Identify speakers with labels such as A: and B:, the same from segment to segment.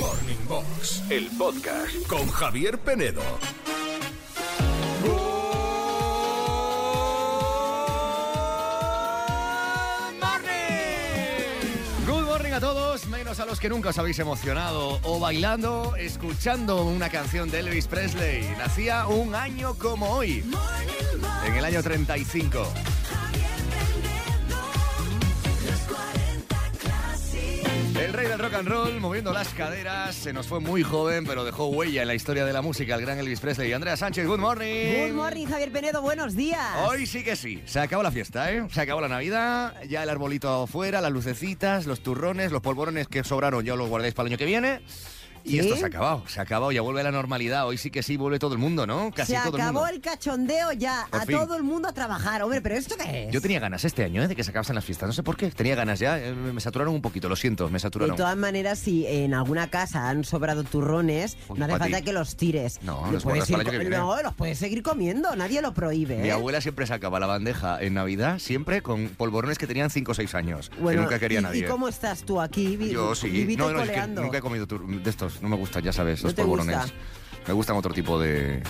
A: Morning Box, el podcast con Javier Penedo.
B: Good morning a todos, menos a los que nunca os habéis emocionado o bailando, escuchando una canción de Elvis Presley. Nacía un año como hoy, en el año 35. El rey del rock and roll, moviendo las caderas, se nos fue muy joven, pero dejó huella en la historia de la música el gran Elvis Presley. Andrea Sánchez, good morning.
C: Good morning, Javier Penedo, buenos días.
B: Hoy sí que sí, se acabó la fiesta, ¿eh? Se acabó la Navidad, ya el arbolito afuera, las lucecitas, los turrones, los polvorones que sobraron ya los guardáis para el año que viene. Y
C: ¿Sí?
B: esto se ha acabado, se ha acabado, ya vuelve a la normalidad. Hoy sí que sí, vuelve todo el mundo, ¿no? Casi
C: Se
B: todo
C: acabó
B: el
C: el cachondeo ya,
B: Por
C: a
B: fin.
C: todo el mundo a trabajar. Hombre, ¿pero esto qué
B: mundo.
C: es?
B: Yo tenía ganas este año, ¿eh? De que se acabasen las fiestas, no sé por qué. Tenía ganas ya, eh, me saturaron un poquito, lo siento, me
C: De
B: saturaron.
C: todas maneras, si en alguna casa han sobrado turrones,
B: Pues
C: no hace
B: pa' ti.
C: falta que los tires.
B: No,
C: Lo
B: los guardas
C: puedes
B: para el
C: ir
B: año que
C: co-
B: viene.
C: no, los puedes seguir comiendo, nadie lo prohíbe.
B: Mi
C: ¿eh?
B: abuela siempre sacaba la bandeja en Navidad, siempre con polvorones que tenían 5 o 6 años. que
C: Bueno,
B: nunca quería
C: ¿y,
B: nadie.
C: ¿Y cómo estás tú aquí? vi-
B: Yo sí.
C: vivito
B: No,
C: y
B: no, es que
C: coleando?
B: nunca he comido tur- de estos. No me gustan, ya sabes,
C: ¿No
B: los
C: te
B: polvorones.
C: gusta?
B: Me gustan otro tipo de.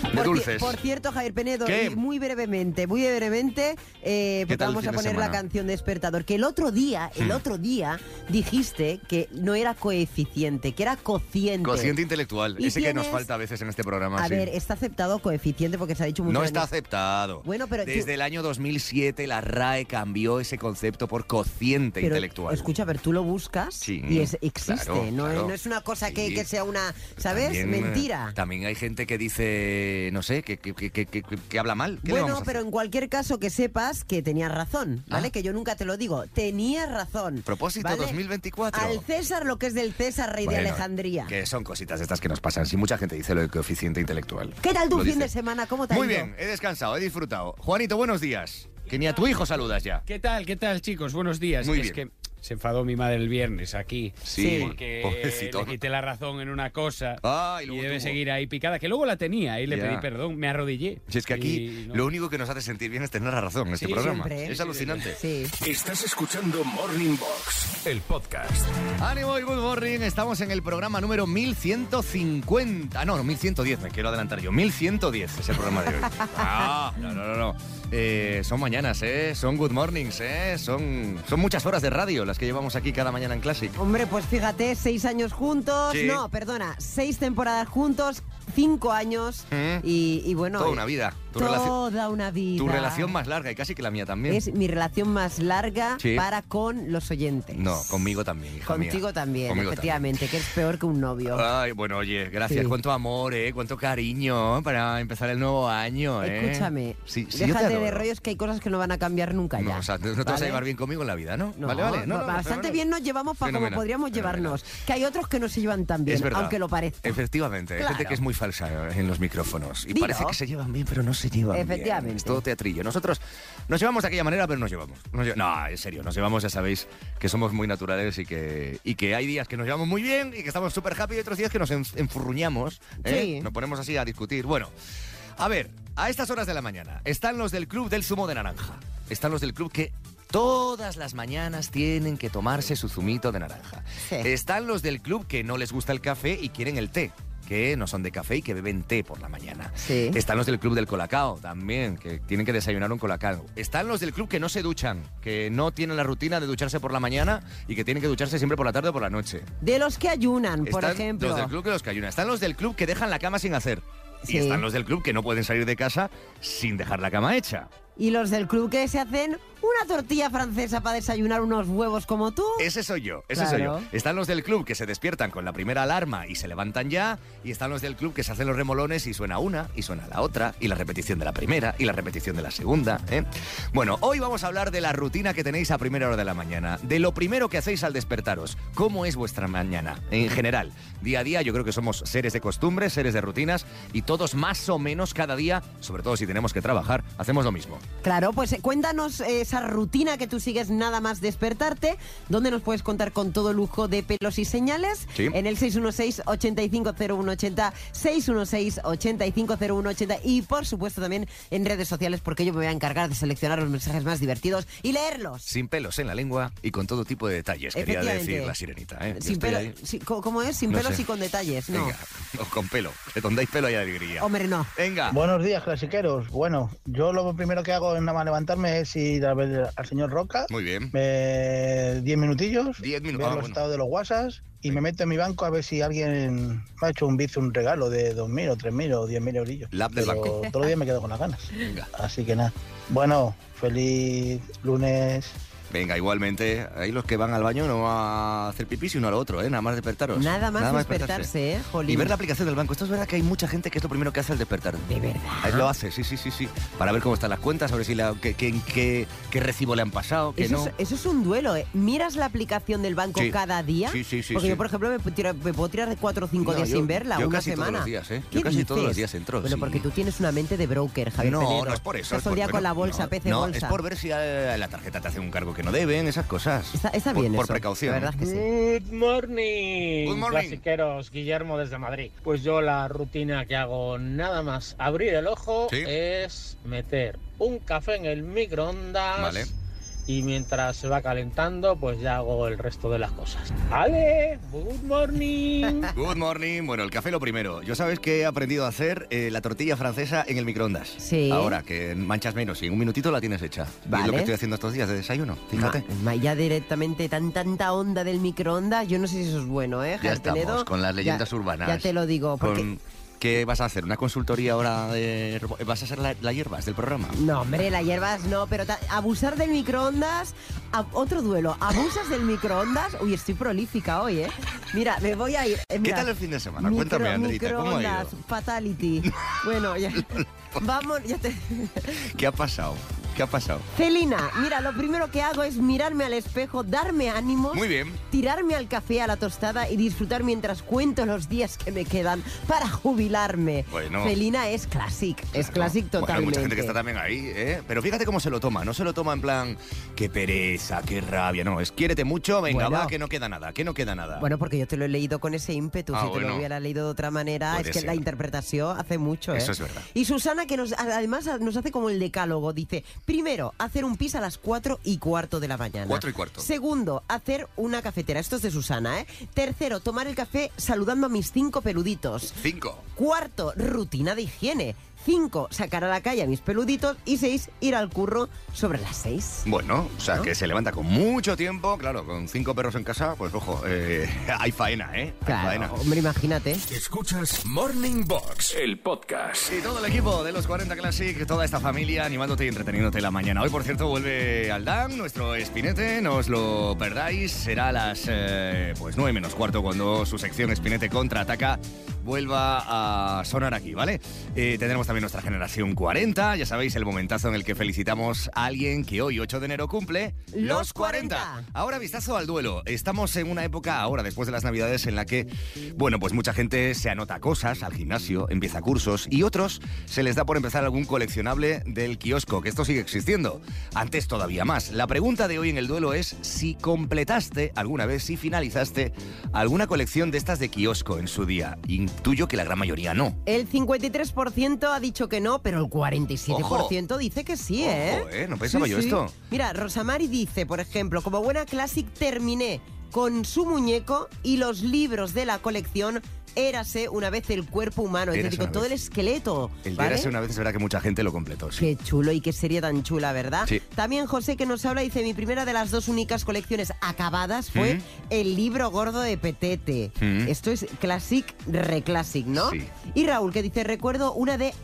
C: Por
B: de
C: ci-
B: dulces.
C: Por cierto, Javier Penedo,
B: ¿Qué?
C: y muy brevemente, muy brevemente, eh,
B: ¿Qué
C: porque
B: tal el
C: vamos
B: fin
C: a
B: de
C: poner
B: semana?
C: la canción Despertador, que el otro día, el
B: Hmm.
C: otro día dijiste que no era coeficiente, que era cociente.
B: Cociente intelectual.
C: Y
B: Ese que nos
C: tienes-
B: falta a veces en este programa.
C: A
B: sí.
C: ver, está aceptado coeficiente porque se ha dicho mucho.
B: no está aceptado.
C: Bueno, pero tú-
B: Desde el año 2007 la RAE cambió ese concepto por cociente intelectual.
C: Escucha, a ver, tú lo buscas
B: Sí,
C: y es- existe.
B: claro,
C: no,
B: claro.
C: no es una cosa que,
B: Sí.
C: que sea una, ¿sabes?
B: También, eh,
C: Mentira.
B: También hay gente que dice, no sé, que, que- que- que- que- que habla mal. ¿Qué le
C: Bueno,
B: vamos a
C: pero
B: hacer?
C: en cualquier caso que sepas que tenías razón, ¿vale?
B: Ah.
C: Que yo nunca te lo digo. Tenías razón.
B: Propósito
C: ¿vale?
B: 2024.
C: Al César lo que es del César, rey de
B: Bueno,
C: Alejandría.
B: Que son cositas de estas que nos pasan. Si mucha gente dice lo del coeficiente intelectual.
C: ¿Qué tal tu
B: Lo
C: fin
B: dice.
C: de semana? ¿Cómo te ha
B: Muy
C: ido?
B: bien, he descansado, he disfrutado. Juanito, buenos días. Que ni a tu hijo saludas ya.
D: ¿Qué tal, qué tal, chicos? Buenos días.
B: Muy
D: es
B: bien.
D: que se enfadó mi madre el viernes aquí.
B: Sí,
D: porque
B: pobrecito.
D: le quité la razón en una cosa
B: Ah, y
D: y,
B: luego
D: debe
B: tuvo.
D: seguir ahí picada, que luego la tenía ¿eh? y le
B: Ya.
D: pedí perdón, me arrodillé.
B: Si es que aquí
D: Y no-
B: lo único que nos hace sentir bien es tener la razón en este
D: Sí,
B: programa.
C: siempre. ¿eh?
B: Es alucinante.
C: Sí.
A: Estás escuchando Morning Box, el podcast.
B: Ánimo y good morning, estamos en el programa número 1150. No, no, 1110, me quiero adelantar yo. 1110 es el programa de hoy. Ah, no, no, no. no. Eh, son mañanas, ¿eh? Son good mornings, ¿eh? Son, son muchas horas de radio las que llevamos aquí cada mañana en Classic.
C: Hombre, pues fíjate, seis años juntos.
B: Sí.
C: No, perdona, seis temporadas juntos, cinco años.
B: Mm.
C: Y, y bueno.
B: Toda
C: eh,
B: una vida. Tu, relación,
C: Toda una vida.
B: tu relación más larga y casi que la mía también.
C: Es mi relación más larga
B: Sí.
C: para con los oyentes.
B: No, conmigo también, hija mía.
C: Contigo también,
B: Conmigo Ah,
C: efectivamente, que es peor que un novio.
B: Ay, bueno, oye, gracias.
C: Sí.
B: Cuánto amor, ¿eh? Cuánto cariño ¿eh? para empezar el nuevo año, ¿eh?
C: Escúchame,
B: Sí, sí, yo te
C: déjate de
B: adoro.
C: rollos que hay cosas que no van a cambiar nunca ya.
B: No, o sea, no te vas a
C: ¿vale?
B: llevar bien conmigo en la vida, ¿no?
C: No,
B: vale, vale. No, no,
C: bastante
B: fenomenal.
C: bien nos llevamos para como
B: Fenomenal,
C: podríamos
B: fenomenal.
C: llevarnos. Que hay otros que no se llevan tan bien,
B: Es verdad.
C: aunque lo parezca.
B: Efectivamente, hay gente
C: Claro.
B: que es muy falsa en los micrófonos. Y
C: Dilo.
B: parece que se llevan bien, pero no se llevan bien.
C: Efectivamente.
B: Es todo teatrillo. Nosotros nos llevamos de aquella manera, pero nos llevamos. Nos lle- no, en serio, nos llevamos, ya sabéis, que somos muy naturales y que, y que hay días que nos llevamos muy bien y que estamos súper happy y otros días que nos enf- enfurruñamos. ¿eh?
C: Sí.
B: Nos ponemos así a discutir. Bueno, a ver, a estas horas de la mañana están los del club del zumo de naranja. Están los del club que... Todas las mañanas tienen que tomarse su zumito de naranja.
C: Sí.
B: Están los del club que no les gusta el café y quieren el té, que no son de café y que beben té por la mañana.
C: Sí.
B: Están los del club del colacao también, que tienen que desayunar un colacao. Están los del club que no se duchan, que no tienen la rutina de ducharse por la mañana y que tienen que ducharse siempre por la tarde o por la noche.
C: De los que ayunan, por
B: Están
C: ejemplo.
B: los del club que los que ayunan. Están los del club que dejan la cama sin hacer.
C: Sí.
B: Y están los del club que no pueden salir de casa sin dejar la cama hecha.
C: Y los del club que se hacen una tortilla francesa para desayunar unos huevos como tú.
B: Ese soy yo, ese soy
C: Claro.
B: yo. Están los del club que se despiertan con la primera alarma y se levantan ya, y están los del club que se hacen los remolones y suena una, y suena la otra, y la repetición de la primera, y la repetición de la segunda. ¿eh? Bueno, hoy vamos a hablar de la rutina que tenéis a primera hora de la mañana, de lo primero que hacéis al despertaros, cómo es vuestra mañana en general. Día a día yo creo que somos seres de costumbres, seres de rutinas, y todos más o menos cada día, sobre todo si tenemos que trabajar, hacemos lo mismo.
C: Claro, pues eh, cuéntanos eh, esa rutina que tú sigues nada más despertarte, donde nos puedes contar con todo lujo de pelos y señales.
B: Sí.
C: En el 616-850180, 616-850180 y por supuesto también en redes sociales, porque yo me voy a encargar de seleccionar los mensajes más divertidos y leerlos.
B: Sin pelos en la lengua y con todo tipo de detalles, quería
C: Efectivamente.
B: decir la sirenita. ¿eh? Yo
C: Sin
B: estoy
C: pelo,
B: ahí.
C: sí, co- ¿Cómo es? Sin
B: No
C: pelos
B: sé.
C: y con detalles, no.
B: Venga, o con pelo, que donde hay pelo hay alegría.
C: Hombre, no.
B: Venga.
E: Buenos días, clasiqueros. Bueno, yo lo primero que hago nada más levantarme es ir a ver al señor Roca.
B: Muy bien.
E: eh, diez minutillos.
B: Diez minu-
E: ver
B: ah,
E: los
B: bueno.
E: estados de los WhatsApps y me meto en mi banco a ver si alguien me ha hecho un bici, un regalo de 2.000 o 3.000 o 10.000 eurillos.
B: La app del
E: Pero
B: banco.
E: Todos los días me quedo con las ganas.
B: Venga.
E: Así que nada. Bueno, feliz lunes.
B: Venga, igualmente, ahí los que van al baño no a hacer pipí, sino al otro, ¿eh? Nada más despertaros.
C: Nada más despertarse, ¿eh? Jolín.
B: Y ver la aplicación del banco. Esto es verdad que hay mucha gente que es lo primero que hace al despertar.
C: De verdad.
B: Ahí Lo hace, sí, sí, sí, sí. Para ver cómo están las cuentas, a ver si la, qué, qué- en qué- qué recibo le han pasado, qué
C: Eso,
B: no.
C: es, eso es un duelo, ¿eh? ¿Miras la aplicación del banco
B: Sí.
C: cada día?
B: Sí, sí, sí,
C: Porque
B: sí.
C: yo, por ejemplo, me, pu- tira- me puedo tirar de cuatro o cinco
B: No,
C: días
B: yo-
C: sin verla,
B: yo
C: una
B: casi todos
C: semana.
B: los días, ¿eh?
C: ¿Qué
B: Yo casi todos los días entro,
C: Bueno,
B: sí.
C: porque tú tienes una mente de broker, Javier
B: no,
C: Penedo.
B: no es por eso.
C: Estás
B: es
C: todo el
B: por-
C: día con
B: pero-
C: la bolsa,
B: no,
C: PC
B: no,
C: bolsa.
B: es por ver si eh, la tarjeta te hace un cargo que no deben, esas cosas.
C: Está, está
B: Por-
C: bien
B: Por
C: eso,
B: precaución.
C: La verdad es que sí.
F: Good morning,
B: Good morning.
F: clasiqueros. Guillermo desde Madrid. Pues yo la rutina que hago nada más abrir el ojo
B: Sí.
F: es meter un café en el microondas
B: Vale.
F: y mientras se va calentando pues ya hago el resto de las cosas. Vale, good morning.
B: Good morning. Bueno, el café lo primero. Yo sabes que he aprendido a hacer eh, la tortilla francesa en el microondas.
C: Sí.
B: Ahora, que manchas menos y en un minutito la tienes hecha. Y es
C: Vale.
B: lo que estoy haciendo estos días de desayuno. Fíjate.
C: Ma- ma- ya directamente tan tanta onda del microondas, yo no sé si eso es bueno, ¿eh?
B: Ya
C: Javier
B: estamos
C: Penedo?
B: con las leyendas
C: Ya-
B: urbanas.
C: Ya te lo digo, porque...
B: Con- ¿Qué vas a hacer? ¿Una consultoría ahora de... ¿Vas a hacer la, la hierbas del programa?
C: No, hombre, las hierbas no, pero ta- abusar del microondas, a- otro duelo, abusas del microondas, uy, estoy prolífica hoy, ¿eh? Mira, me voy a ir. eh, mira.
B: tal el fin de semana? Cuéntame, Andrita, ¿cómo ha ido?
C: microondas, fatality. Bueno, ya. Vamos, ya te...
B: ¿Qué ha pasado? ¿Qué ha pasado?
C: Celina, mira, lo primero que hago es mirarme al espejo, darme ánimos.
B: Muy bien.
C: Tirarme al café, a la tostada y disfrutar mientras cuento los días que me quedan para jubilarme.
B: Bueno.
C: Celina es classic, es
B: Claro.
C: classic
B: Bueno, hay
C: totalmente.
B: mucha gente que está también ahí, ¿eh? Pero fíjate cómo se lo toma. No se lo toma en plan, qué pereza, qué rabia. No, es quiérete mucho, venga,
C: Bueno.
B: va, que no queda nada, que no queda nada.
C: Bueno, porque yo te lo he leído con ese ímpetu.
B: Ah,
C: si te
B: bueno.
C: lo hubiera leído de otra manera,
B: Puede
C: es que
B: ser.
C: la interpretación hace mucho. ¿eh?
B: Eso es verdad.
C: Y Susana, que nos, además nos hace como el decálogo, dice: primero, hacer un pis a las 4 y cuarto de la mañana.
B: Cuatro y cuarto.
C: Segundo, hacer una cafetera. Esto es de Susana, ¿eh? Tercero, tomar el café saludando a mis cinco peluditos.
B: Cinco.
C: Cuarto, rutina de higiene. Cinco, sacar a la calle a mis peluditos. Y seis, ir al curro sobre las seis.
B: Bueno, o sea,
C: ¿No?
B: que se levanta con mucho tiempo, claro, con cinco perros en casa, pues ojo, eh, hay faena, ¿eh? Hay faena.
C: Claro, hombre, imagínate.
A: Escuchas Morning Box, el podcast.
B: Y todo el equipo de los 40 Classic, toda esta familia animándote y entreteniéndote la mañana. Hoy, por cierto, vuelve Aldán, nuestro espinete, no os lo perdáis. Será a las eh, pues 9 menos cuarto cuando su sección Espinete contraataca vuelva a sonar aquí, ¿vale? Eh, tendremos también nuestra generación 40, ya sabéis, el momentazo en el que felicitamos a alguien que hoy, 8 de enero, cumple
C: Los 40.
B: Ahora vistazo al duelo. Estamos en una época ahora, después de las Navidades, en la que, bueno, pues mucha gente se anota cosas al gimnasio, empieza cursos y otros se les da por empezar algún coleccionable del kiosco, que esto sigue existiendo. Antes todavía más. La pregunta de hoy en el duelo es si completaste alguna vez, si finalizaste alguna colección de estas de kiosco en su día. Intuyo que la gran mayoría no.
C: El 53% ha dicho que no, pero el 47% dice que sí, ¿eh?
B: Ojo, ¿eh? No pensaba
C: Sí,
B: yo
C: sí.
B: esto.
C: Mira, Rosamari dice, por ejemplo, como buena classic terminé con su muñeco y los libros de la colección Érase una vez el cuerpo humano, es
B: Érase
C: decir, con
B: una
C: todo
B: vez.
C: el esqueleto.
B: El de
C: ¿vale?
B: Érase una vez es verdad que mucha gente lo completó. sí.
C: Qué chulo y qué sería tan chula, ¿verdad?
B: Sí.
C: También José que nos habla dice, mi primera de las dos únicas colecciones acabadas fue
B: Mm.
C: el libro gordo de Petete.
B: Mm.
C: Esto es classic, reclásic, ¿no?
B: Sí.
C: Y Raúl que dice, recuerdo una de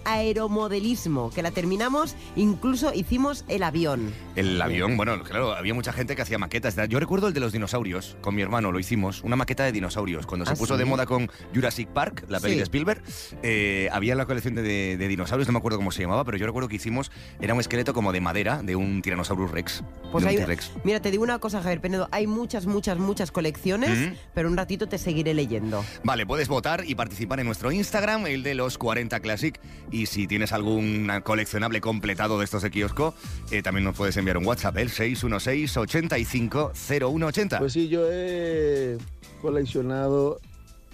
C: aeromodelismo, que la terminamos, incluso hicimos el avión.
B: El avión, bueno, claro, había mucha gente que hacía maquetas. Yo recuerdo el de los dinosaurios, con mi hermano lo hicimos, una maqueta de dinosaurios, cuando se
C: ¿Ah,
B: puso
C: sí?
B: de moda con Jurassic Park, la peli
C: Sí.
B: de Spielberg, eh, había la colección de, de- de dinosaurios, no me acuerdo cómo se llamaba, pero yo recuerdo que hicimos, era un esqueleto como de madera de un Tyrannosaurus Rex.
C: Pues
B: de un
C: hay-
B: T-Rex.
C: Mira, te digo una cosa, Javier Penedo. Hay muchas, muchas, muchas colecciones,
B: Mm.
C: pero un ratito te seguiré leyendo.
B: Vale, puedes votar y participar en nuestro Instagram, el de los 40 Classic. Y si tienes algún coleccionable completado de estos de kiosco, eh, también nos puedes enviar un WhatsApp, el 616 85 0180.
G: Pues sí, yo he coleccionado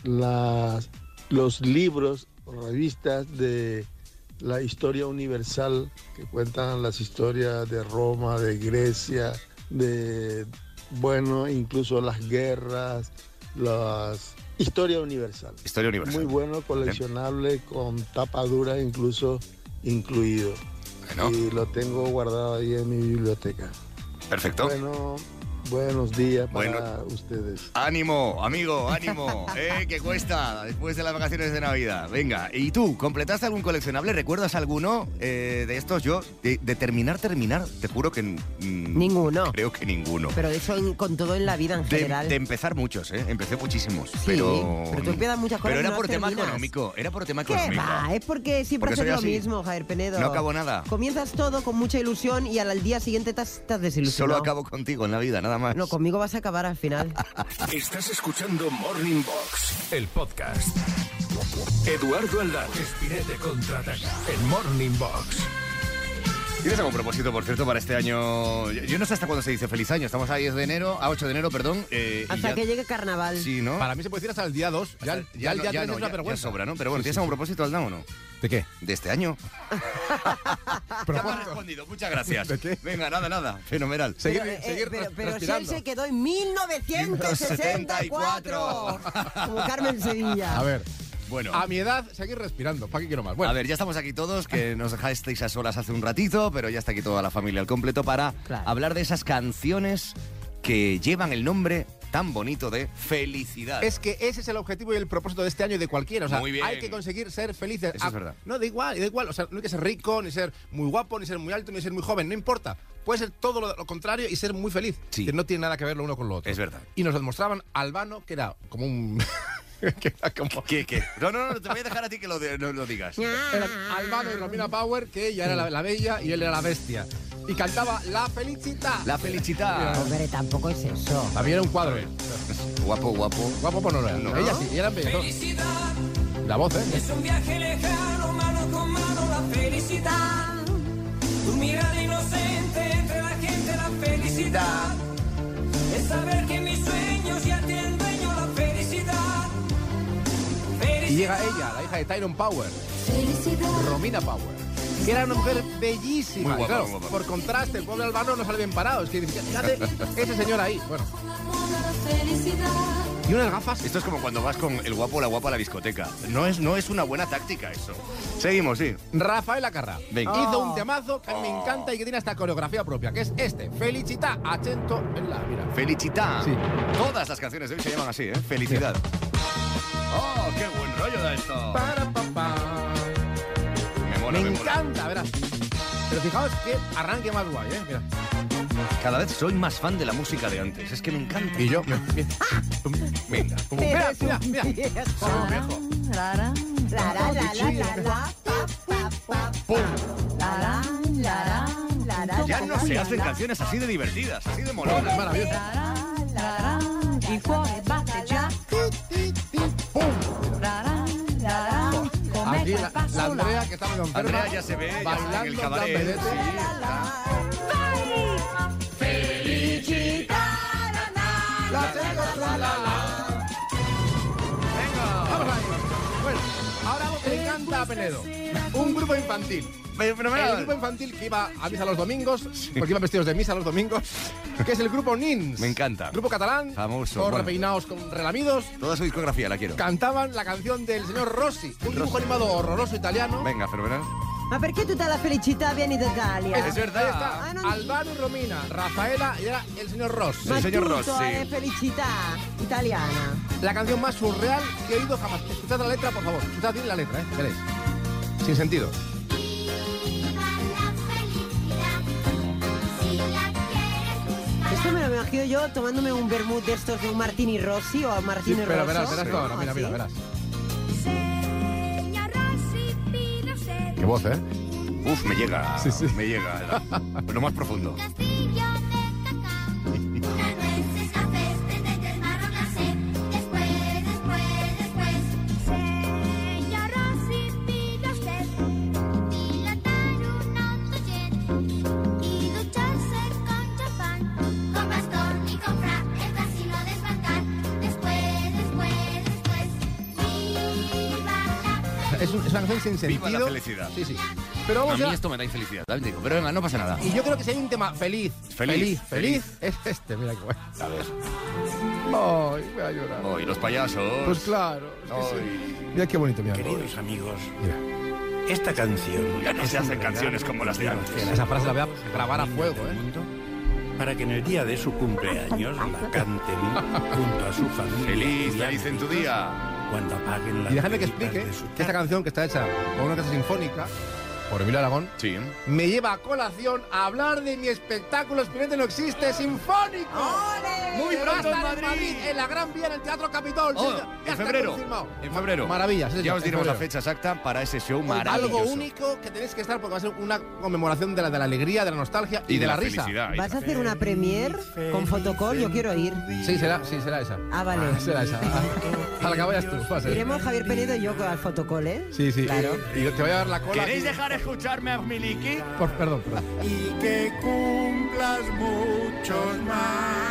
G: las, los libros o revistas de la historia universal que cuentan las historias de Roma, de Grecia, de, bueno, incluso las guerras, las historia universal.
B: Historia universal.
G: Muy bueno, coleccionable, con tapa dura incluso incluido.
B: Bueno,
G: Y lo tengo guardado ahí en mi biblioteca.
B: perfecto.
G: Bueno, buenos días para
B: Bueno.
G: ustedes.
B: Ánimo, amigo, ánimo. ¿Eh? Que cuesta después de las vacaciones de Navidad. Venga, ¿y tú? ¿Completaste algún coleccionable? ¿Recuerdas alguno eh, de estos? Yo, de, de terminar, terminar, te juro que... mm,
C: Ninguno.
B: Creo que ninguno.
C: Pero de eso en- con todo en la vida en
B: De,
C: general.
B: de empezar muchos, ¿eh? Empecé muchísimos.
C: Sí,
B: pero... mm,
C: pero tú empiezas muchas cosas
B: Pero
C: y
B: era
C: no
B: por tema
C: terminas.
B: económico. Era por tema
C: ¿Qué
B: económico.
C: va? eh? Es porque siempre
B: Porque
C: haces
B: soy
C: lo
B: así.
C: mismo, Javier Penedo.
B: No acabo nada.
C: Comienzas todo con mucha ilusión y al, al día siguiente estás, estás desilusionado.
B: Solo acabo contigo en la vida, nada más.
C: No, conmigo vas a acabar al final.
A: Estás escuchando Morning Box, el podcast. Eduardo Aldán, Espinete contraataca en Morning Box.
B: ¿Tienes algún propósito, por cierto, para este año? Yo, yo no sé hasta cuándo se dice feliz año. Estamos a 10 de enero, a 8 de enero, perdón. eh, y
C: Hasta
B: ya-
C: que llegue carnaval.
B: Sí, ¿no?
H: Para mí se puede decir hasta el día 2. Ya,
B: Hasta-
H: el- ya el
B: no-
H: día 3
B: no,
H: es una
B: ya- ya
H: vergüenza.
B: sobra, ¿no? Pero bueno,
H: Sí,
B: ¿tienes
H: sí,
B: algún propósito, Aldán, o no?
H: ¿De qué?
B: De este año. Ya me has
H: Propósito.
B: respondido, muchas gracias.
H: ¿De qué?
B: Venga, nada, nada. Fenomenal.
H: Seguir,
C: pero, eh,
H: seguir
C: pero-
H: res-
C: pero si él
H: respirando.
C: se quedó en 1974. como Carmen Sevilla.
H: A ver,
B: Bueno.
H: a Ah, mi edad, seguir respirando. ¿Para qué quiero más? Bueno, Ah.
B: A ver, ya estamos aquí todos, que nos dejasteis a solas hace un ratito, pero ya está aquí toda la familia al completo para
C: Claro.
B: hablar de esas canciones que llevan el nombre tan bonito de felicidad.
H: Es que ese es el objetivo y el propósito de este año y de cualquiera. O sea,
B: Muy bien.
H: hay que conseguir ser felices. Ah,
B: Eso es verdad.
H: No, da igual, da igual. O sea, no hay que ser rico, ni ser muy guapo, ni ser muy alto, ni ser muy joven. No importa. Puede ser todo lo, lo contrario y ser muy feliz.
B: Sí.
H: Que no tiene nada que ver lo uno con lo otro.
B: Es verdad.
H: Y nos demostraban Albano, que era como un. que era como.
B: ¿Qué, qué? No, no, no, te voy a dejar a ti que lo, de- no lo digas.
H: Eran Albano y Romina Power, que ella era la, la bella y él era la bestia. Y cantaba La Felicita.
B: La felicidad.
C: Hombre, tampoco es eso.
H: También era un cuadro.
B: Guapo, guapo.
H: Guapo por no era.
B: No.
H: Ella sí, ella era un bellezón. La voz, ¿eh?
I: Es un viaje lejano, mano con mano, la felicidad. Tu mirada inocente entre la gente, la felicidad. Es saber que mis sueños ya tienen dueño, la felicidad.
H: Y
I: Felicidad.
H: llega ella, la hija de Tyron Power. Romina Power. Que era una mujer bellísima.
B: Muy guapa,
H: Y claro,
B: muy guapa.
H: por contraste, el pueblo albano no sale bien parado. Es que dice, fíjate, ese señor ahí. Bueno. Y unas gafas.
B: Esto es como cuando vas con el guapo o la guapa a la discoteca. No es, no es una buena táctica eso. Seguimos, sí.
H: Rafael Acarra
B: Venga. Oh.
H: hizo un temazo que a mí me encanta y que tiene hasta coreografía propia, que es este, Felicita, acento en la, mira.
B: Felicità.
H: Sí.
B: Todas las canciones de hoy se llaman así, ¿eh? Felicidad. ¡Oh, qué buen rollo da esto!
H: Para, pa, pa.
B: Me mola,
H: Me
B: me mola.
H: encanta, verás. Pero fijaos que arranque más guay, ¿eh? Mira.
B: Cada vez soy más fan de la música de antes. Es que me encanta.
H: Y yo, mira, mira.
B: Venga.
H: Mira, mira, mira.
C: Viejo. La, la, la, la, la, la, pa, pa, pa, pa. La, la, la, la, la, la,
B: Ya
C: la,
B: no
C: la,
B: se
C: la,
B: hacen
C: la.
B: canciones así de divertidas, así de molonas.
H: Maravilloso.
I: Il cuore batte già,
H: Aquí la, la Andrea, que está medio enferma.
B: Andrea ya se ve, ya está en
H: bailando
B: el cabaret.
H: tambelete.
B: Sí.
H: La tengo, la, la, la. Venga. Vamos ahí. Bueno, ahora algo que le encanta a Penedo. Un grupo infantil.
B: Pero- pero-
H: El
B: pero-
H: grupo infantil que iba a misa los domingos, porque iban vestidos de misa los domingos, que es el grupo Nins.
B: Me encanta.
H: Grupo catalán.
B: Famoso,
H: Todos
B: bueno.
H: repeinados con relamidos.
B: Toda su discografía la quiero.
H: Cantaban la canción del señor Rossi, un dibujo animado horroroso italiano.
B: Venga, fenomenal.
C: Ma perché tutta la felicità viene
B: Es
C: d'Italia?
H: Ahí
B: verdad.
H: está.
C: Ah, no.
H: Albano y Romina, Rafaela y era el señor Ross.
C: Ma
B: signor
C: tutto
B: Rossi.
C: è felicità eh, italiana.
H: La canción más surreal que he oído jamás. Escuchad la letra, por favor. Escuchad bien la letra, ¿eh? Veréis. Sin sentido.
C: Esto me lo imagino yo tomándome un vermut de estos de un Martini Rossi o a
H: Sí,
C: Martini
H: pero
C: Rosso.
H: verás, verás tú ahora. Mira,
C: ¿Ah,
H: mira,
C: sí?
H: verás. Qué voz, ¿eh?
B: Uf, me llega.
H: Sí, sí.
B: Me llega. Lo más profundo.
H: Es, un- es una canción sin sentido.
B: Viva la felicidad.
H: Sí, sí. Pero
B: A
H: vamos
B: mí
H: a...
B: esto me da infelicidad, también te digo. Pero venga, no pasa nada.
H: Y yo creo que si hay un tema feliz,
B: Feliz,
H: feliz, feliz, es este. Mira qué bueno.
B: A ver.
H: Ay, me ha llorado.
B: Hoy los payasos.
H: Pues claro. es que sí.
B: Ay.
H: Mira qué bonito, mira.
A: Queridos amigos,
H: Mira.
A: esta canción
B: Ya no se hacen canciones como las de antes.
H: Esa frase la voy a grabar a fuego, ¿eh?
A: para que en el día de su cumpleaños la canten junto a su familia.
B: Feliz,
A: y
B: feliz en tu día.
A: Cuando apaguen las
H: Y déjame que
A: velitas
H: explique
A: de su
H: que esta canción que está hecha con una casa sinfónica por Emilio Aragón
B: Sí.
H: me lleva a colación a hablar de mi espectáculo Espinete Este no existe sinfónico.
B: Muy
H: Que va a
B: pronto en
H: estar
B: Madrid.
H: en la Gran Vía, en el Teatro Capitol.
B: Oh,
H: Sí, ya
B: en
H: está
B: febrero.
H: confirmado.
B: En febrero.
H: Maravilla, sí,
B: Ya
H: señor,
B: os
H: en
B: diremos la
H: febrero.
B: fecha exacta para ese show maravilloso.
H: Algo único que tenéis que estar porque va a ser una conmemoración de la, de la alegría, de la nostalgia y, de, la, risa.
B: felicidad.
C: ¿Vas a hacer una premier con fotocall? Yo quiero ir.
H: Sí, será, sí, será esa.
C: Ah, vale.
H: será esa. A la que vayas tú. va a ser.
C: Iremos Javier Penedo y yo al fotocall, ¿eh?
H: Sí, sí.
C: Claro.
H: Y, y te voy a dar la cola.
B: ¿Queréis
H: aquí.
B: dejar escucharme a Miliki?
H: Por- perdón, perdón.
A: Y que cumplas muchos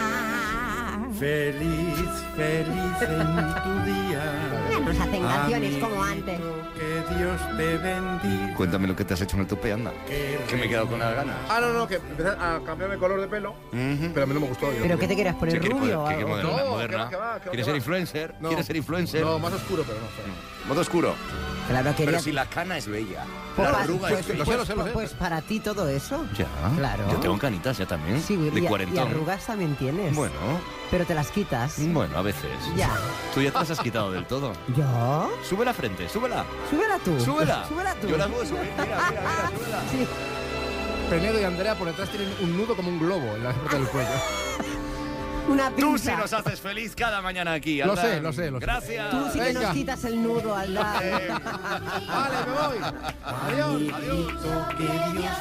A: más. Feliz, feliz en tu día.
J: Ya nos hacen canciones como antes.
H: Ah.
A: Que Dios te bendiga.
B: Cuéntame lo que te has hecho en el tope, anda. Que me he quedado con las ganas.
H: Ah, no, no, que empecé a cambiarme el color de pelo,
B: Ujú.
H: pero a mí no me gustó. yo.
C: ¿Pero qué te quieras poner
B: Sí, quiere
C: rubio? o
B: poder- que- que
C: algo?
B: moderna,
H: No,
B: moderna.
H: que va, que va, que va,
B: ¿Quieres
H: que
B: ser
H: va.
B: influencer?
H: No.
B: ¿Quieres ser influencer?
H: No, más oscuro, pero no. espera.
B: Modo oscuro.
C: Claro, quería...
B: Pero si la cana es bella.
C: Pues
B: la
C: para-
B: arruga
C: pues-
B: es bella.
H: lo sé, lo sé, lo
C: pues-
H: sé.
C: pues para ti todo eso.
B: Ya.
C: Claro.
B: Yo tengo canitas ya también.
C: Sí,
B: de
C: y, a- y
B: cuarentón.
C: arrugas también tienes.
B: Bueno,
C: Pero te las quitas.
B: bueno, a veces.
C: Ya.
B: Tú ya te las has quitado del todo.
C: ¿Yo?
B: Sube la frente, súbela.
C: Súbela tú.
B: Súbela.
C: Súbela tú.
B: Yo la puedo subir. Mira, mira, mira, súbela.
C: Sí.
H: Penedo y Andrea por detrás tienen un nudo como un globo en la parte del cuello.
C: Una pinza.
B: Tú sí nos haces feliz cada mañana aquí.
H: Lo
B: Adán.
H: sé, lo sé, lo sé.
B: Gracias.
C: Tú sí que
H: Venga.
C: nos quitas el nudo al lado.
B: Eh,
H: vale, me voy. Adiós, adiós.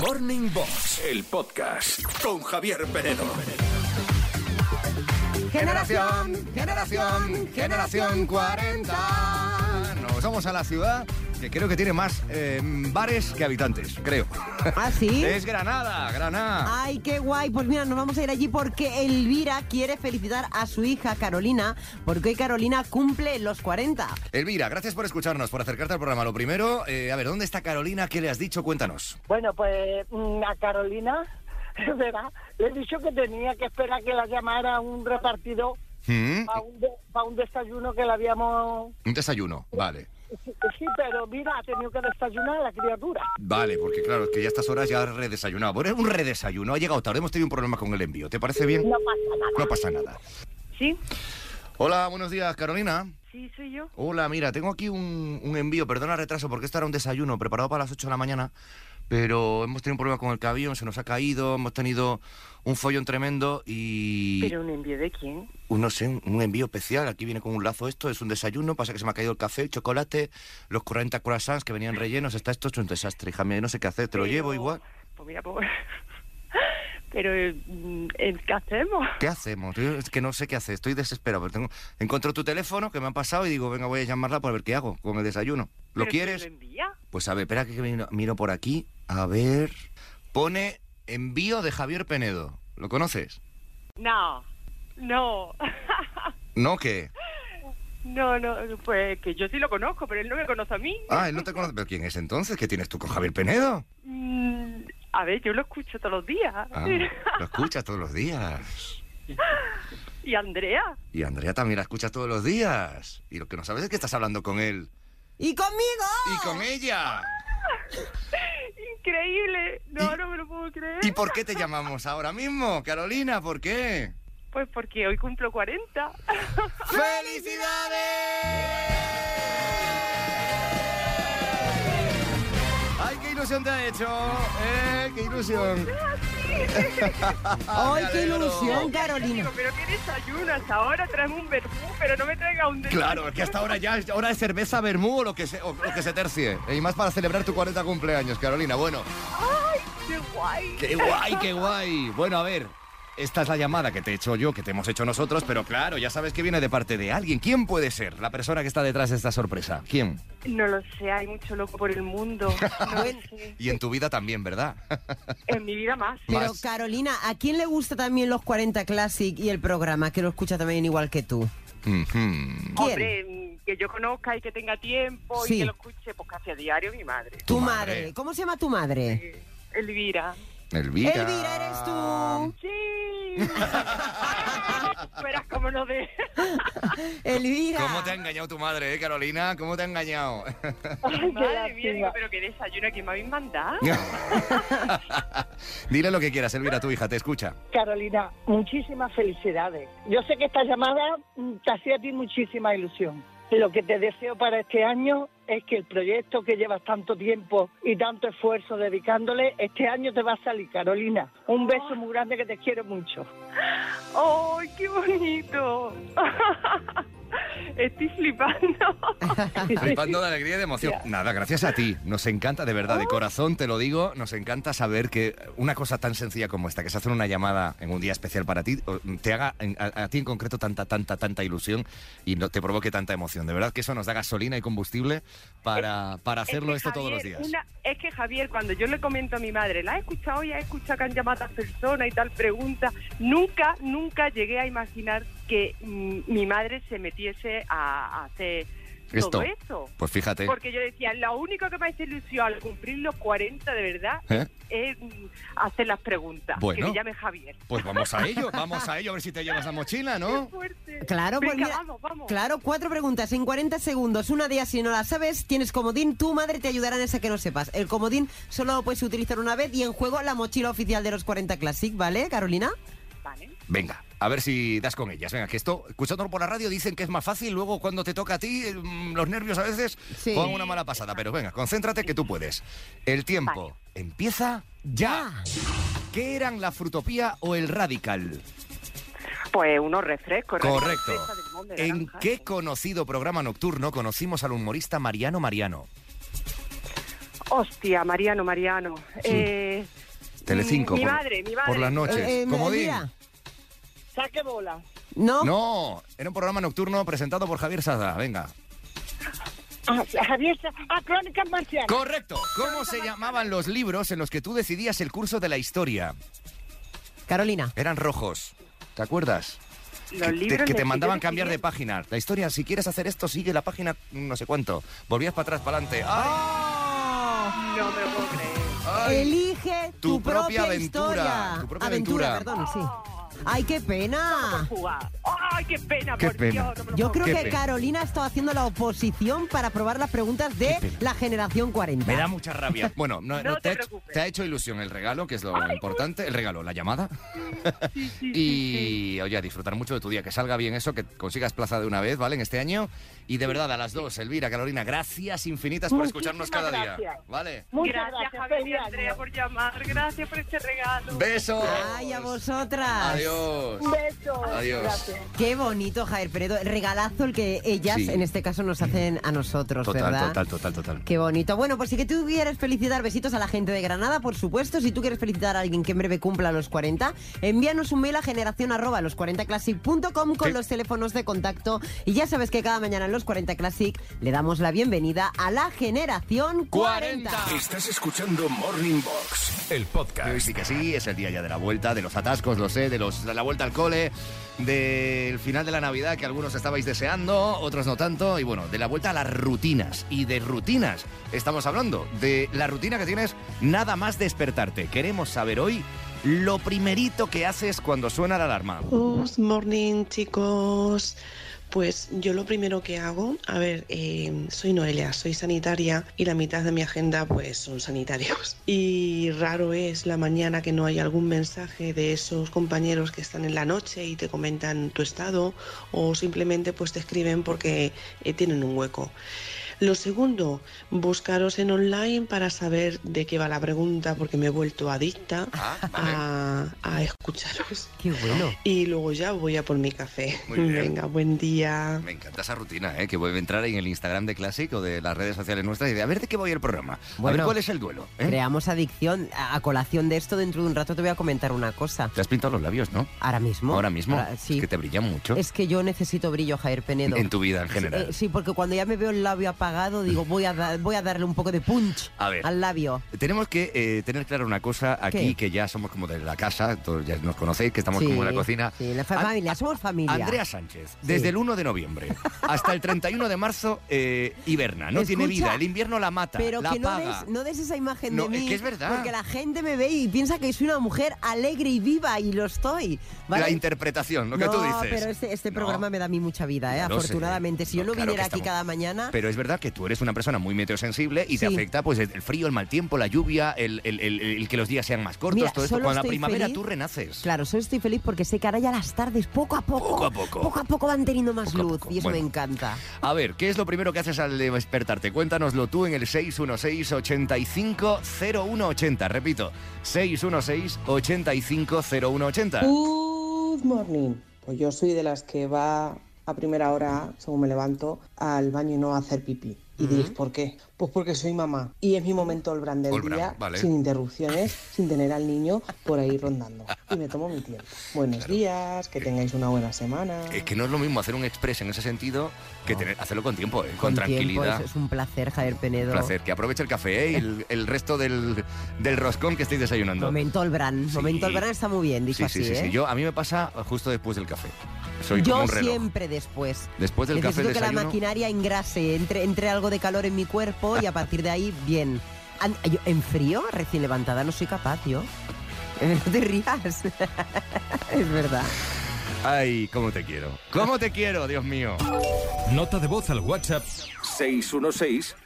A: Morning Box, el podcast con Javier Penedo.
B: Generación, generación, generación 40. Nos vamos a la ciudad que creo que tiene más eh, bares que habitantes, creo.
C: ¿Ah, sí?
B: Es Granada, Granada.
C: Ay, qué guay. Pues mira, nos vamos a ir allí porque Elvira quiere felicitar a su hija Carolina, porque hoy Carolina cumple los 40.
B: Elvira, gracias por escucharnos, por acercarte al programa. Lo primero, eh, a ver, ¿dónde está Carolina? ¿Qué le has dicho? Cuéntanos.
K: Bueno, pues mm, a Carolina, verá, le he dicho que tenía que esperar que la llamara un repartido
B: Mm,
K: para un, de- pa' un desayuno que le habíamos...
B: Un desayuno, vale.
K: Sí, sí, pero mira, ha tenido que desayunar la criatura.
B: Vale, porque claro, es que ya a estas horas ya has redesayunado. Bueno, es un redesayuno, ha llegado tarde, hemos tenido un problema con el envío. ¿Te parece bien?
K: No pasa nada.
B: No pasa nada.
K: ¿Sí?
B: Hola, buenos días, Carolina.
K: Sí, soy yo.
B: Hola, mira, tengo aquí un, un envío, perdona el retraso, porque esto era un desayuno preparado para las 8 de la mañana, pero hemos tenido un problema con el avión, se nos ha caído, hemos tenido un follón tremendo y...
K: un envío de quién?
B: un, no sé, un- un envío especial, aquí viene con un lazo esto, es un desayuno, pasa que se me ha caído el café, el chocolate, los 40 croissants que venían rellenos, está esto hecho un desastre, hija mía, no sé qué hacer, te lo llevo igual.
K: Pues mira, pues... Pero, mm, eh, ¿qué hacemos?
B: ¿Qué hacemos? Yo es que no sé qué hacer, estoy desesperado. Pero tengo... Encontré tu teléfono que me han pasado y digo, venga, voy a llamarla para ver qué hago con el desayuno. ¿Lo quieres? Pues a ver, espera que miro, miro por aquí. A ver. Pone envío de Javier Penedo. ¿Lo conoces?
K: No, no.
B: ¿No qué?
K: No, no, pues que yo sí lo conozco, pero él no me conoce a mí.
B: Ah, él no te conoce. ¿Pero quién es entonces? ¿Qué tienes tú con Javier Penedo?
K: Mm, a ver, yo lo escucho todos los días.
B: Ah, lo escuchas todos los días.
K: ¿Y Andrea?
B: Y Andrea también la escucha todos los días. Y lo que no sabes es que estás hablando con él.
C: ¡Y conmigo!
B: ¡Y con ella!
K: Increíble. No,
B: ¿Y-
K: no me lo puedo creer.
B: ¿Y por qué te llamamos ahora mismo, Carolina? ¿Por qué?
K: Pues porque hoy cumplo 40.
B: ¡Felicidades! ¡Ay, qué ilusión! ilusión te ha hecho? ¿Eh? ¡Qué ilusión!
C: ¡Ay,
B: Me
C: qué
B: alegro.
C: ilusión, Carolina!
L: Pero qué desayunas ahora, traes un vermú, pero no me traiga un desayuno.
B: Claro, es que hasta ahora ya es hora de cerveza, vermú o lo que se, o lo que se tercie. Y más para celebrar tu 40 cumpleaños, Carolina. Bueno,
L: ¡Ay, qué guay!
B: qué guay, qué guay. Bueno, a ver. Esta es la llamada que te he hecho yo, que te hemos hecho nosotros, pero claro, ya sabes que viene de parte de alguien. ¿Quién puede ser la persona que está detrás de esta sorpresa? ¿Quién?
L: No lo sé, hay mucho loco por el mundo. No lo sé.
B: Y en tu vida también, ¿verdad?
L: En mi vida más.
C: Pero Carolina, ¿a quién le gusta también los 40 Classic y el programa, que lo escucha también igual que tú?
B: Ujú.
L: Hombre, mm, que yo conozca y que tenga tiempo
C: Sí.
L: y que lo escuche pues casi a diario mi madre. Eh,
C: Tu madre. ¿Cómo se llama tu madre?
L: Elvira.
B: Elvira.
C: Elvira, eres tú.
L: Sí. Verás cómo no de...
C: Elvira.
B: ¿Cómo te ha engañado tu madre, eh, Carolina? ¿Cómo te ha engañado?
L: Madre mía, digo, pero qué desayuno que me habéis mandado.
B: Dile lo que quieras, Elvira, tu hija, te escucha.
K: Carolina, muchísimas felicidades. Yo sé que esta llamada mm, te hacía a ti muchísima ilusión. Lo que te deseo para este año es que el proyecto que llevas tanto tiempo y tanto esfuerzo dedicándole, este año te va a salir, Carolina. Un beso muy grande que te quiero mucho.
L: ¡Ay, qué bonito! Estoy flipando.
B: Flipando de alegría y de emoción. Nada, gracias a ti. Nos encanta, de verdad, de corazón te lo digo, nos encanta saber que una cosa tan sencilla como esta, que se hace una llamada en un día especial para ti, o- mm, te haga en- a, a ti en concreto tanta, tanta, tanta ilusión y no te provoque tanta emoción. De verdad que eso nos da gasolina y combustible para, para
L: Es que
B: hacerlo esto todos los
L: Javier,
B: días.
L: una- es que Javier, cuando yo le comento a mi madre, la he escuchado y he escuchado que han llamado a personas y tal pregunta, nunca, nunca llegué a imaginar que mm, mi madre se metiese a, a hacer
B: Esto.
L: todo esto.
B: Pues fíjate.
L: Porque yo decía, lo único que me hace ilusión al cumplir los 40 de verdad
B: ¿Eh?
L: es mm, hacer las preguntas.
B: Bueno.
L: Que me llame Javier.
B: Pues vamos a ello, vamos a ello, a ver si te llevas la mochila, ¿no?
C: Claro, pues
L: Venga,
C: mira,
L: vamos, vamos.
C: claro, cuatro preguntas en 40 segundos. Una de ellas, si no la sabes, tienes comodín. Tu madre te ayudará en esa que no sepas. El comodín solo lo puedes utilizar una vez y en juego la mochila oficial de los 40 Classic, ¿vale, Carolina?
B: Venga, a ver si das con ellas. Venga, que esto, escuchándolo por la radio, dicen que es más fácil. Luego, cuando te toca a ti, eh, mm, los nervios a veces
C: Sí.
B: juegan una mala pasada. Pero venga, concéntrate que tú puedes. El tiempo empieza ya. ¿Qué eran la frutopía o el radical?
L: Pues unos refrescos.
B: Correcto.
L: refrescos de limón, de
B: ¿En
L: naranja.
B: qué conocido programa nocturno conocimos al humorista Mariano Mariano?
L: Hostia, Mariano, Mariano. Eh,
B: Telecinco.
L: Mi
B: por-
L: madre, mi madre.
B: Por las noches.
L: Eh, eh,
B: Comodín.
L: mira. Saque bola.
C: ¿No?
B: No, era un programa nocturno presentado por Javier Sada. Venga.
K: Ah, Javier, a Crónicas Marcianas.
B: Correcto. ¿Cómo se llamaban los libros en los que tú decidías el curso de la historia?
C: Carolina.
B: Eran rojos. ¿Te acuerdas?
L: Los
B: que, te-
L: libros
B: que te
L: de-
B: mandaban cambiar de página. La historia, si quieres hacer esto, sigue la página no sé cuánto. Volvías para atrás, ¡Ah! para adelante.
L: No me lo puedo creer.
C: Elige tu,
B: Tu propia aventura,
C: historia.
B: tu propia
C: perdón, sí. ¡Ay, qué pena!
L: ¡Ay, qué pena!
B: Qué
L: por
B: pena.
L: Dios, no me lo
C: Yo
L: puedo
C: creo
B: Qué
C: que
B: pena.
C: Carolina ha estado haciendo la oposición para probar las preguntas de la generación 40.
B: Me da mucha rabia. Bueno, no,
C: No
B: no
C: te
B: te, ha hecho, te ha hecho ilusión el regalo, que es lo importante. El regalo, la llamada. y oye, a disfrutar mucho de tu día. Que salga bien eso, que consigas plaza de una vez, ¿vale? En este año. Y de verdad, a las dos, Elvira, Carolina, gracias infinitas por escucharnos cada
L: Muchísimas
B: día.
L: gracias.
B: ¿Vale?
L: Muchas gracias, Javier y Andrea, por llamar. Gracias por este regalo.
B: Besos.
C: Ay, a vosotras.
B: Adiós.
L: Besos.
B: Adiós. Gracias.
C: Qué bonito, Jair Peredo. El regalazo el que ellas,
B: Sí.
C: en este caso, nos hacen a nosotros,
B: Total,
C: ¿verdad?
B: total, total, total.
C: Qué bonito. Bueno, pues si que tú quieres felicitar, besitos a la gente de Granada, por supuesto. Si tú quieres felicitar a alguien que en breve cumpla los 40, envíanos un mail a generación arroba los40classic.com con los teléfonos de contacto. Y ya sabes que cada mañana en los 40 Classic le damos la bienvenida a la generación 40.
A: Estás escuchando Morning Box, el podcast.
B: Sí, que sí, es el día ya de la vuelta, de los atascos, lo sé, de, los, de la vuelta al cole, del final de la Navidad que algunos estabais deseando, otros no tanto, y bueno, de la vuelta a las rutinas. Y de rutinas estamos hablando, de la rutina que tienes nada más despertarte. Queremos saber hoy lo primerito que haces cuando suena la alarma.
M: Good morning, chicos. Pues yo lo primero que hago, a ver, eh, soy Noelia, soy sanitaria y la mitad de mi agenda pues son sanitarios. Y raro es la mañana que no hay algún mensaje de esos compañeros que están en la noche y te comentan tu estado o simplemente pues te escriben porque eh, tienen un hueco. Lo segundo, buscaros en online para saber de qué va la pregunta, porque me he vuelto adicta
B: Ah,
M: ah, a, a escucharos.
C: Qué bueno.
M: Y luego Pues ya voy a por mi café.
B: Muy bien.
M: Venga, buen día.
B: Me encanta esa rutina, ¿eh? que voy a entrar en el Instagram de Classic o de las redes sociales nuestras y de a ver de qué voy el programa. a
C: Bueno.
B: ver cuál es el duelo. ¿eh?
C: Creamos adicción. A a colación de esto, dentro de un rato te voy a comentar una cosa.
B: Te has pintado los labios, ¿no?
C: Ahora mismo.
B: Ahora mismo.
C: Ahora, sí.
B: Es que te brillan mucho
C: Es que yo necesito brillo, Javier Penedo.
B: en tu vida en
C: Eh,
B: general.
C: sí, porque cuando ya me veo el labio apagado, digo, voy a, da- voy a darle un poco de punch
B: A ver.
C: al labio.
B: Tenemos que eh, tener clara una cosa aquí,
C: ¿Qué?
B: que ya somos como de la casa, todos ya nos conocéis, que estamos
C: Sí,
B: como en la cocina.
C: Sí, la fa- familia, somos familia.
B: Andrea Sánchez, desde el 1 de noviembre hasta el 31 de marzo, eh, hiberna. No tiene
C: Escucha,
B: vida, el invierno la mata,
C: Pero
B: la
C: que no
B: apaga.
C: des, no des esa imagen
B: No,
C: de
B: es
C: mí.
B: que es verdad.
C: Porque la gente me ve y piensa que soy una mujer alegre y viva y lo estoy. ¿vale?
B: La interpretación, lo que
C: no,
B: tú dices.
C: pero este, este programa me da a mí mucha vida, ¿eh?
B: Ya lo sé.
C: afortunadamente. Si yo no
B: claro que
C: viniera aquí
B: estamos-
C: cada mañana...
B: Pero es verdad que tú eres una persona muy meteosensible y te
C: Sí.
B: afecta pues el frío, el mal tiempo, la lluvia, el, el- el- el que los días sean más cortos,
C: Mira,
B: todo esto.
C: solo
B: Cuando la
C: estoy
B: primavera
C: feliz-
B: tú renaces.
C: Claro, solo estoy feliz porque sé que ahora ya las tardes, poco a poco,
B: Poco a poco.
C: poco a poco van teniendo más
B: Poco a
C: luz
B: poco,
C: y eso
B: bueno.
C: me encanta.
B: A ver, ¿qué es lo primero que haces al despertarte? Cuéntanoslo tú en el 616-850180. Repito, 616-850180.
M: Good morning. Pues yo soy de las que va a primera hora, según me levanto, al baño y no a hacer pipí. Y diréis, ¿por qué? Pues porque soy mamá y es mi momento all brand del
B: All brand,
M: día,
B: vale.
M: sin interrupciones, sin tener al niño por ahí rondando. Y me tomo mi tiempo. Buenos días, que tengáis una buena semana.
B: Eh, Es que no es lo mismo hacer un express en ese sentido que tener, hacerlo con tiempo, ¿eh? con,
C: Con tiempo,
B: tranquilidad.
C: eso es un placer, Javier Penedo.
B: Un placer. Que aproveche el café ¿eh? y el, el resto del, del roscón que estáis desayunando.
C: Momento Olbran, momento Olbran está muy bien, dicho
B: Sí, sí,
C: así,
B: sí, sí.
C: ¿eh?
B: Yo, a mí me pasa justo después del café. Soy
C: Yo
B: como un reloj.
C: siempre después.
B: Después del
C: Necesito
B: café
C: que
B: desayuno.
C: la maquinaria engrase, entre, entre algo de calor en mi cuerpo y a partir de ahí, bien. An- yo, en frío, recién levantada, no soy capaz, yo. No te rías. es verdad.
B: Ay, cómo te quiero. ¿Cómo te quiero, Dios mío?
A: Nota de voz al WhatsApp 616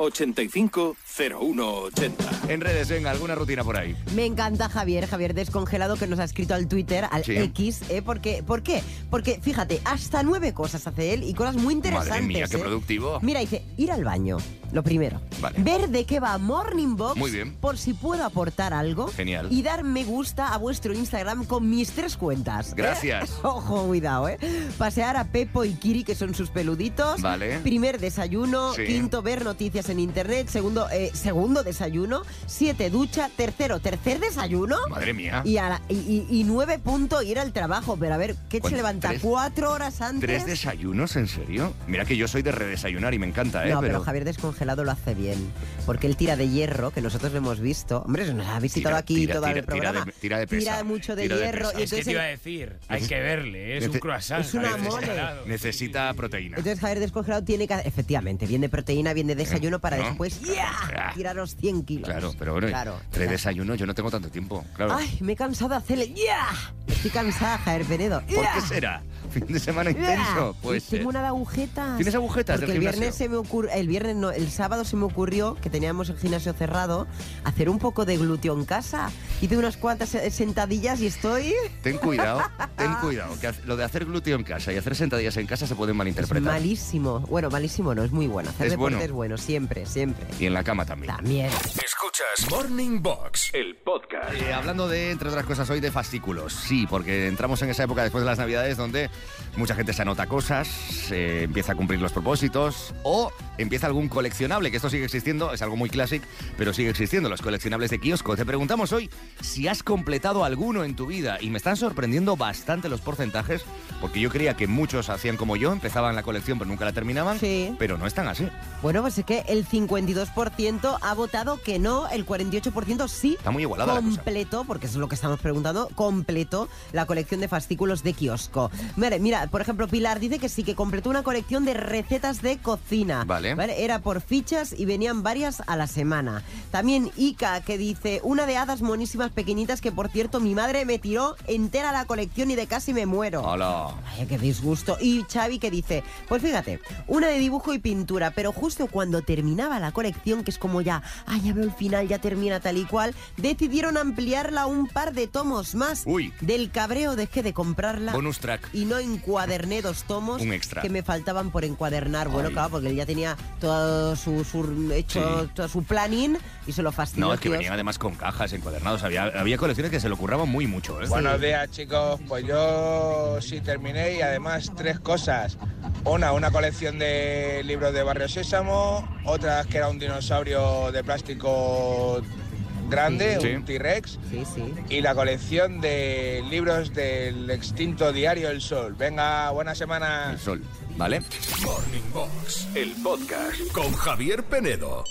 A: 850180.
B: En redes, venga, alguna rutina por ahí.
C: Me encanta Javier, Javier Descongelado, que nos ha escrito al Twitter, al
B: Sí.
C: X, ¿eh? Porque, ¿Por qué? Porque, fíjate, hasta nueve cosas hace él y cosas muy interesantes.
B: Madre mía, qué
C: ¿eh?
B: productivo.
C: Mira, dice, ir al baño, lo primero.
B: Oh. Vale.
C: Ver de qué va Morning Box
B: Muy bien.
C: por si puedo aportar algo.
B: Genial.
C: Y dar me gusta a vuestro Instagram con mis tres cuentas. ¿eh?
B: Gracias.
C: Ojo, cuidado, ¿eh? Pasear a Pepo y Kiri, que son sus peluditos.
B: Vale.
C: Primer desayuno.
B: Sí.
C: Quinto, ver noticias en internet. Segundo, eh, segundo desayuno. Siete, ducha. Tercero, tercer desayuno.
B: Madre mía.
C: Y, a la- y- y- y nueve punto ir al trabajo. Pero a ver, ¿qué se
B: ¿Cuánto?
C: levanta?
B: ¿Tres?
C: ¿Cuatro horas antes?
B: ¿Tres desayunos, en serio? Mira que yo soy de redesayunar y me encanta, ¿eh?
C: No, pero Javier Descongelado lo hace bien. Porque él tira de hierro, que nosotros lo hemos visto. Hombre, se nos ha visitado
B: Tira-
C: aquí
B: tira-
C: todo
B: tira-
C: el
B: tira de-
C: programa.
B: tira de pesa,
C: mucho de
B: tira de
C: hierro.
B: pesa.
C: y
D: Es que
C: entonces,
D: te iba a decir, hay que verle, es un
B: Nece-
D: croissant.
C: Es una
D: Javier
C: mole.
D: Descongelado.
B: Necesita proteína.
C: entonces Javier Descongelado tiene que... Efectivamente, bien de proteína, bien de desayuno para
B: Eh, ¿no?
C: después ¡ya! tirar los 100 kilos.
B: Claro, pero bueno,
C: Claro,
B: tres
C: ya.
B: desayunos, yo no tengo tanto tiempo, claro.
C: Ay, me he cansado de hacerle... ¡ya! Estoy cansada, Javier Penedo.
B: ¿Por
C: ¡ya!
B: qué será? ¿Fin de semana
C: ¡Ya!
B: intenso? Pues.
C: Tengo una de agujetas.
B: ¿Tienes agujetas
C: Porque
B: del
C: el viernes
B: gimnasio?
C: se me ocurrió, el viernes no, el sábado se me ocurrió que teníamos el gimnasio cerrado, hacer un poco de glúteo en casa. Hice unas cuantas eh, sentadillas y estoy
B: eh, Ten cuidado, ten
C: Ah.
B: cuidado, que ha- lo de hacer glúteo en casa y hacer sentadillas en casa se pueden malinterpretar.
C: malísimo. Bueno, malísimo no, es muy bueno. Hacer
B: Es
C: deporte
B: bueno.
C: es bueno, siempre, siempre.
B: Y en la cama también.
C: También.
A: Escuchas Morning Box, el podcast.
B: Eh, hablando de, entre otras cosas, hoy de fascículos. Sí, porque entramos en esa época después de las Navidades donde mucha gente se anota cosas, eh, empieza a cumplir los propósitos o empieza algún coleccionable, que esto sigue existiendo, es algo muy clásico, pero sigue existiendo, los coleccionables de kiosco. Te preguntamos hoy si has completado alguno en tu vida y me están sorprendiendo bastante los porcentajes porque yo creía que muchos hacían como yo, empezaban la colección pero nunca la terminaban,
C: Sí.
B: pero no están así.
C: Bueno, pues es que el 52% ha votado que no, el 48% sí.
B: Está muy igualada la cosa.
C: completo, porque eso es lo que estamos preguntando, completo la colección de fascículos de kiosco. Mira, mira, por ejemplo, Pilar dice que sí, que completó una colección de recetas de cocina.
B: Vale.
C: Era por fichas y venían varias a la semana. También Ica, que dice, una de hadas monísimas pequeñitas que, por cierto, mi madre me tiró entera la colección y de casi me muero.
B: Hola.
C: Vaya, qué disgusto. Y Xavi que dice, pues fíjate, una de dibujo y pintura, pero justo cuando terminaba la colección, que es como ya, ah, ya veo el final, final ya termina tal y cual, decidieron ampliarla un par de tomos más.
B: Uy.
C: Del cabreo dejé de comprarla.
B: Bonus track.
C: Y no encuaderné dos tomos
B: Un extra.
C: que me faltaban por encuadernar. Bueno,
B: Ay.
C: claro, porque él ya tenía todo su, su- hecho
B: Sí.
C: todo su planning y se lo fascinó.
B: No, es que
C: tío.
B: venían además con cajas encuadernados. Había, había colecciones que se lo curraban muy mucho, ¿eh?
M: Buenos días chicos, pues yo sí terminé y además tres cosas. Una, una colección de libros de Barrio Sésamo, otra que era un dinosaurio de plástico grande,
N: Sí.
M: un T-Rex,
C: sí.
M: y la colección de libros del extinto diario El Sol. Venga, buena semana.
B: El sol, ¿vale?
A: Morning Box, el podcast con Javier Penedo.